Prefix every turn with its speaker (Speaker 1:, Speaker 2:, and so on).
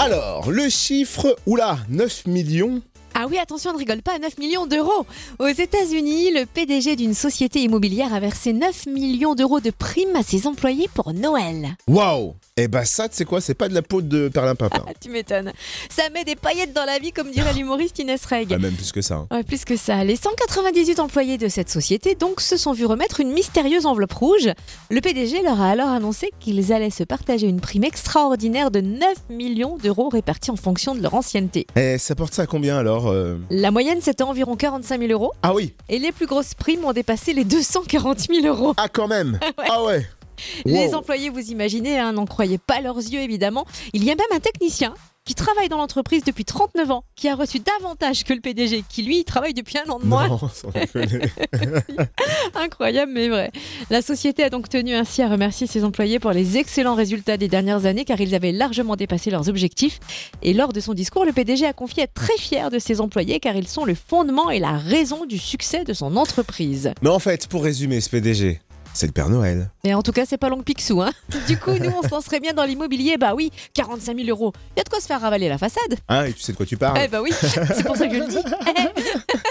Speaker 1: Alors, le chiffre, oula, 9 millions
Speaker 2: Ah oui, attention, ne rigole pas, 9 millions d'euros Aux États-Unis, le PDG d'une société immobilière a versé 9 millions d'euros de primes à ses employés pour Noël.
Speaker 1: Waouh Eh ben ça, tu sais quoi, c'est pas de la peau de perlimpinpin.
Speaker 2: Ah, tu m'étonnes. Ça met des paillettes dans la vie, comme dirait l'humoriste Inès Reg.
Speaker 1: Bah, même plus que ça. hein.
Speaker 2: Ah. Ouais, plus que ça, les 198 employés de cette société donc se sont vus remettre une mystérieuse enveloppe rouge. Le PDG leur a alors annoncé qu'ils allaient se partager une prime extraordinaire de 9 millions d'euros répartis en fonction de leur ancienneté.
Speaker 1: Eh, ça porte ça à combien alors euh
Speaker 2: La moyenne, c'était environ 45 000 euros
Speaker 1: Ah oui,
Speaker 2: et les plus grosses primes ont dépassé les 240 000 euros.
Speaker 1: ah quand même Ah ouais
Speaker 2: Les
Speaker 1: Wow.
Speaker 2: employés, vous imaginez, hein, n'en croyaient pas leurs yeux évidemment. Il y a même un technicien qui travaille dans l'entreprise depuis 39 ans, qui a reçu davantage que le PDG, qui lui travaille depuis un an de moins.
Speaker 1: Non, sans déconner.
Speaker 2: Incroyable mais vrai. La société a donc tenu ainsi à remercier ses employés pour les excellents résultats des dernières années car ils avaient largement dépassé leurs objectifs. Et lors de son discours, le PDG a confié être très fier de ses employés car ils sont le fondement et la raison du succès de son entreprise.
Speaker 1: Mais en fait, pour résumer, ce PDG, c'est le Père Noël.
Speaker 2: Mais en tout cas, c'est pas long pixou. Hein du coup, nous, on se lancerait bien dans l'immobilier. Bah oui, 45 000 euros. Il y a de quoi se faire ravaler la façade. Ah
Speaker 1: Hein, et tu sais de quoi tu parles
Speaker 2: Eh bah oui, c'est pour ça que je le dis.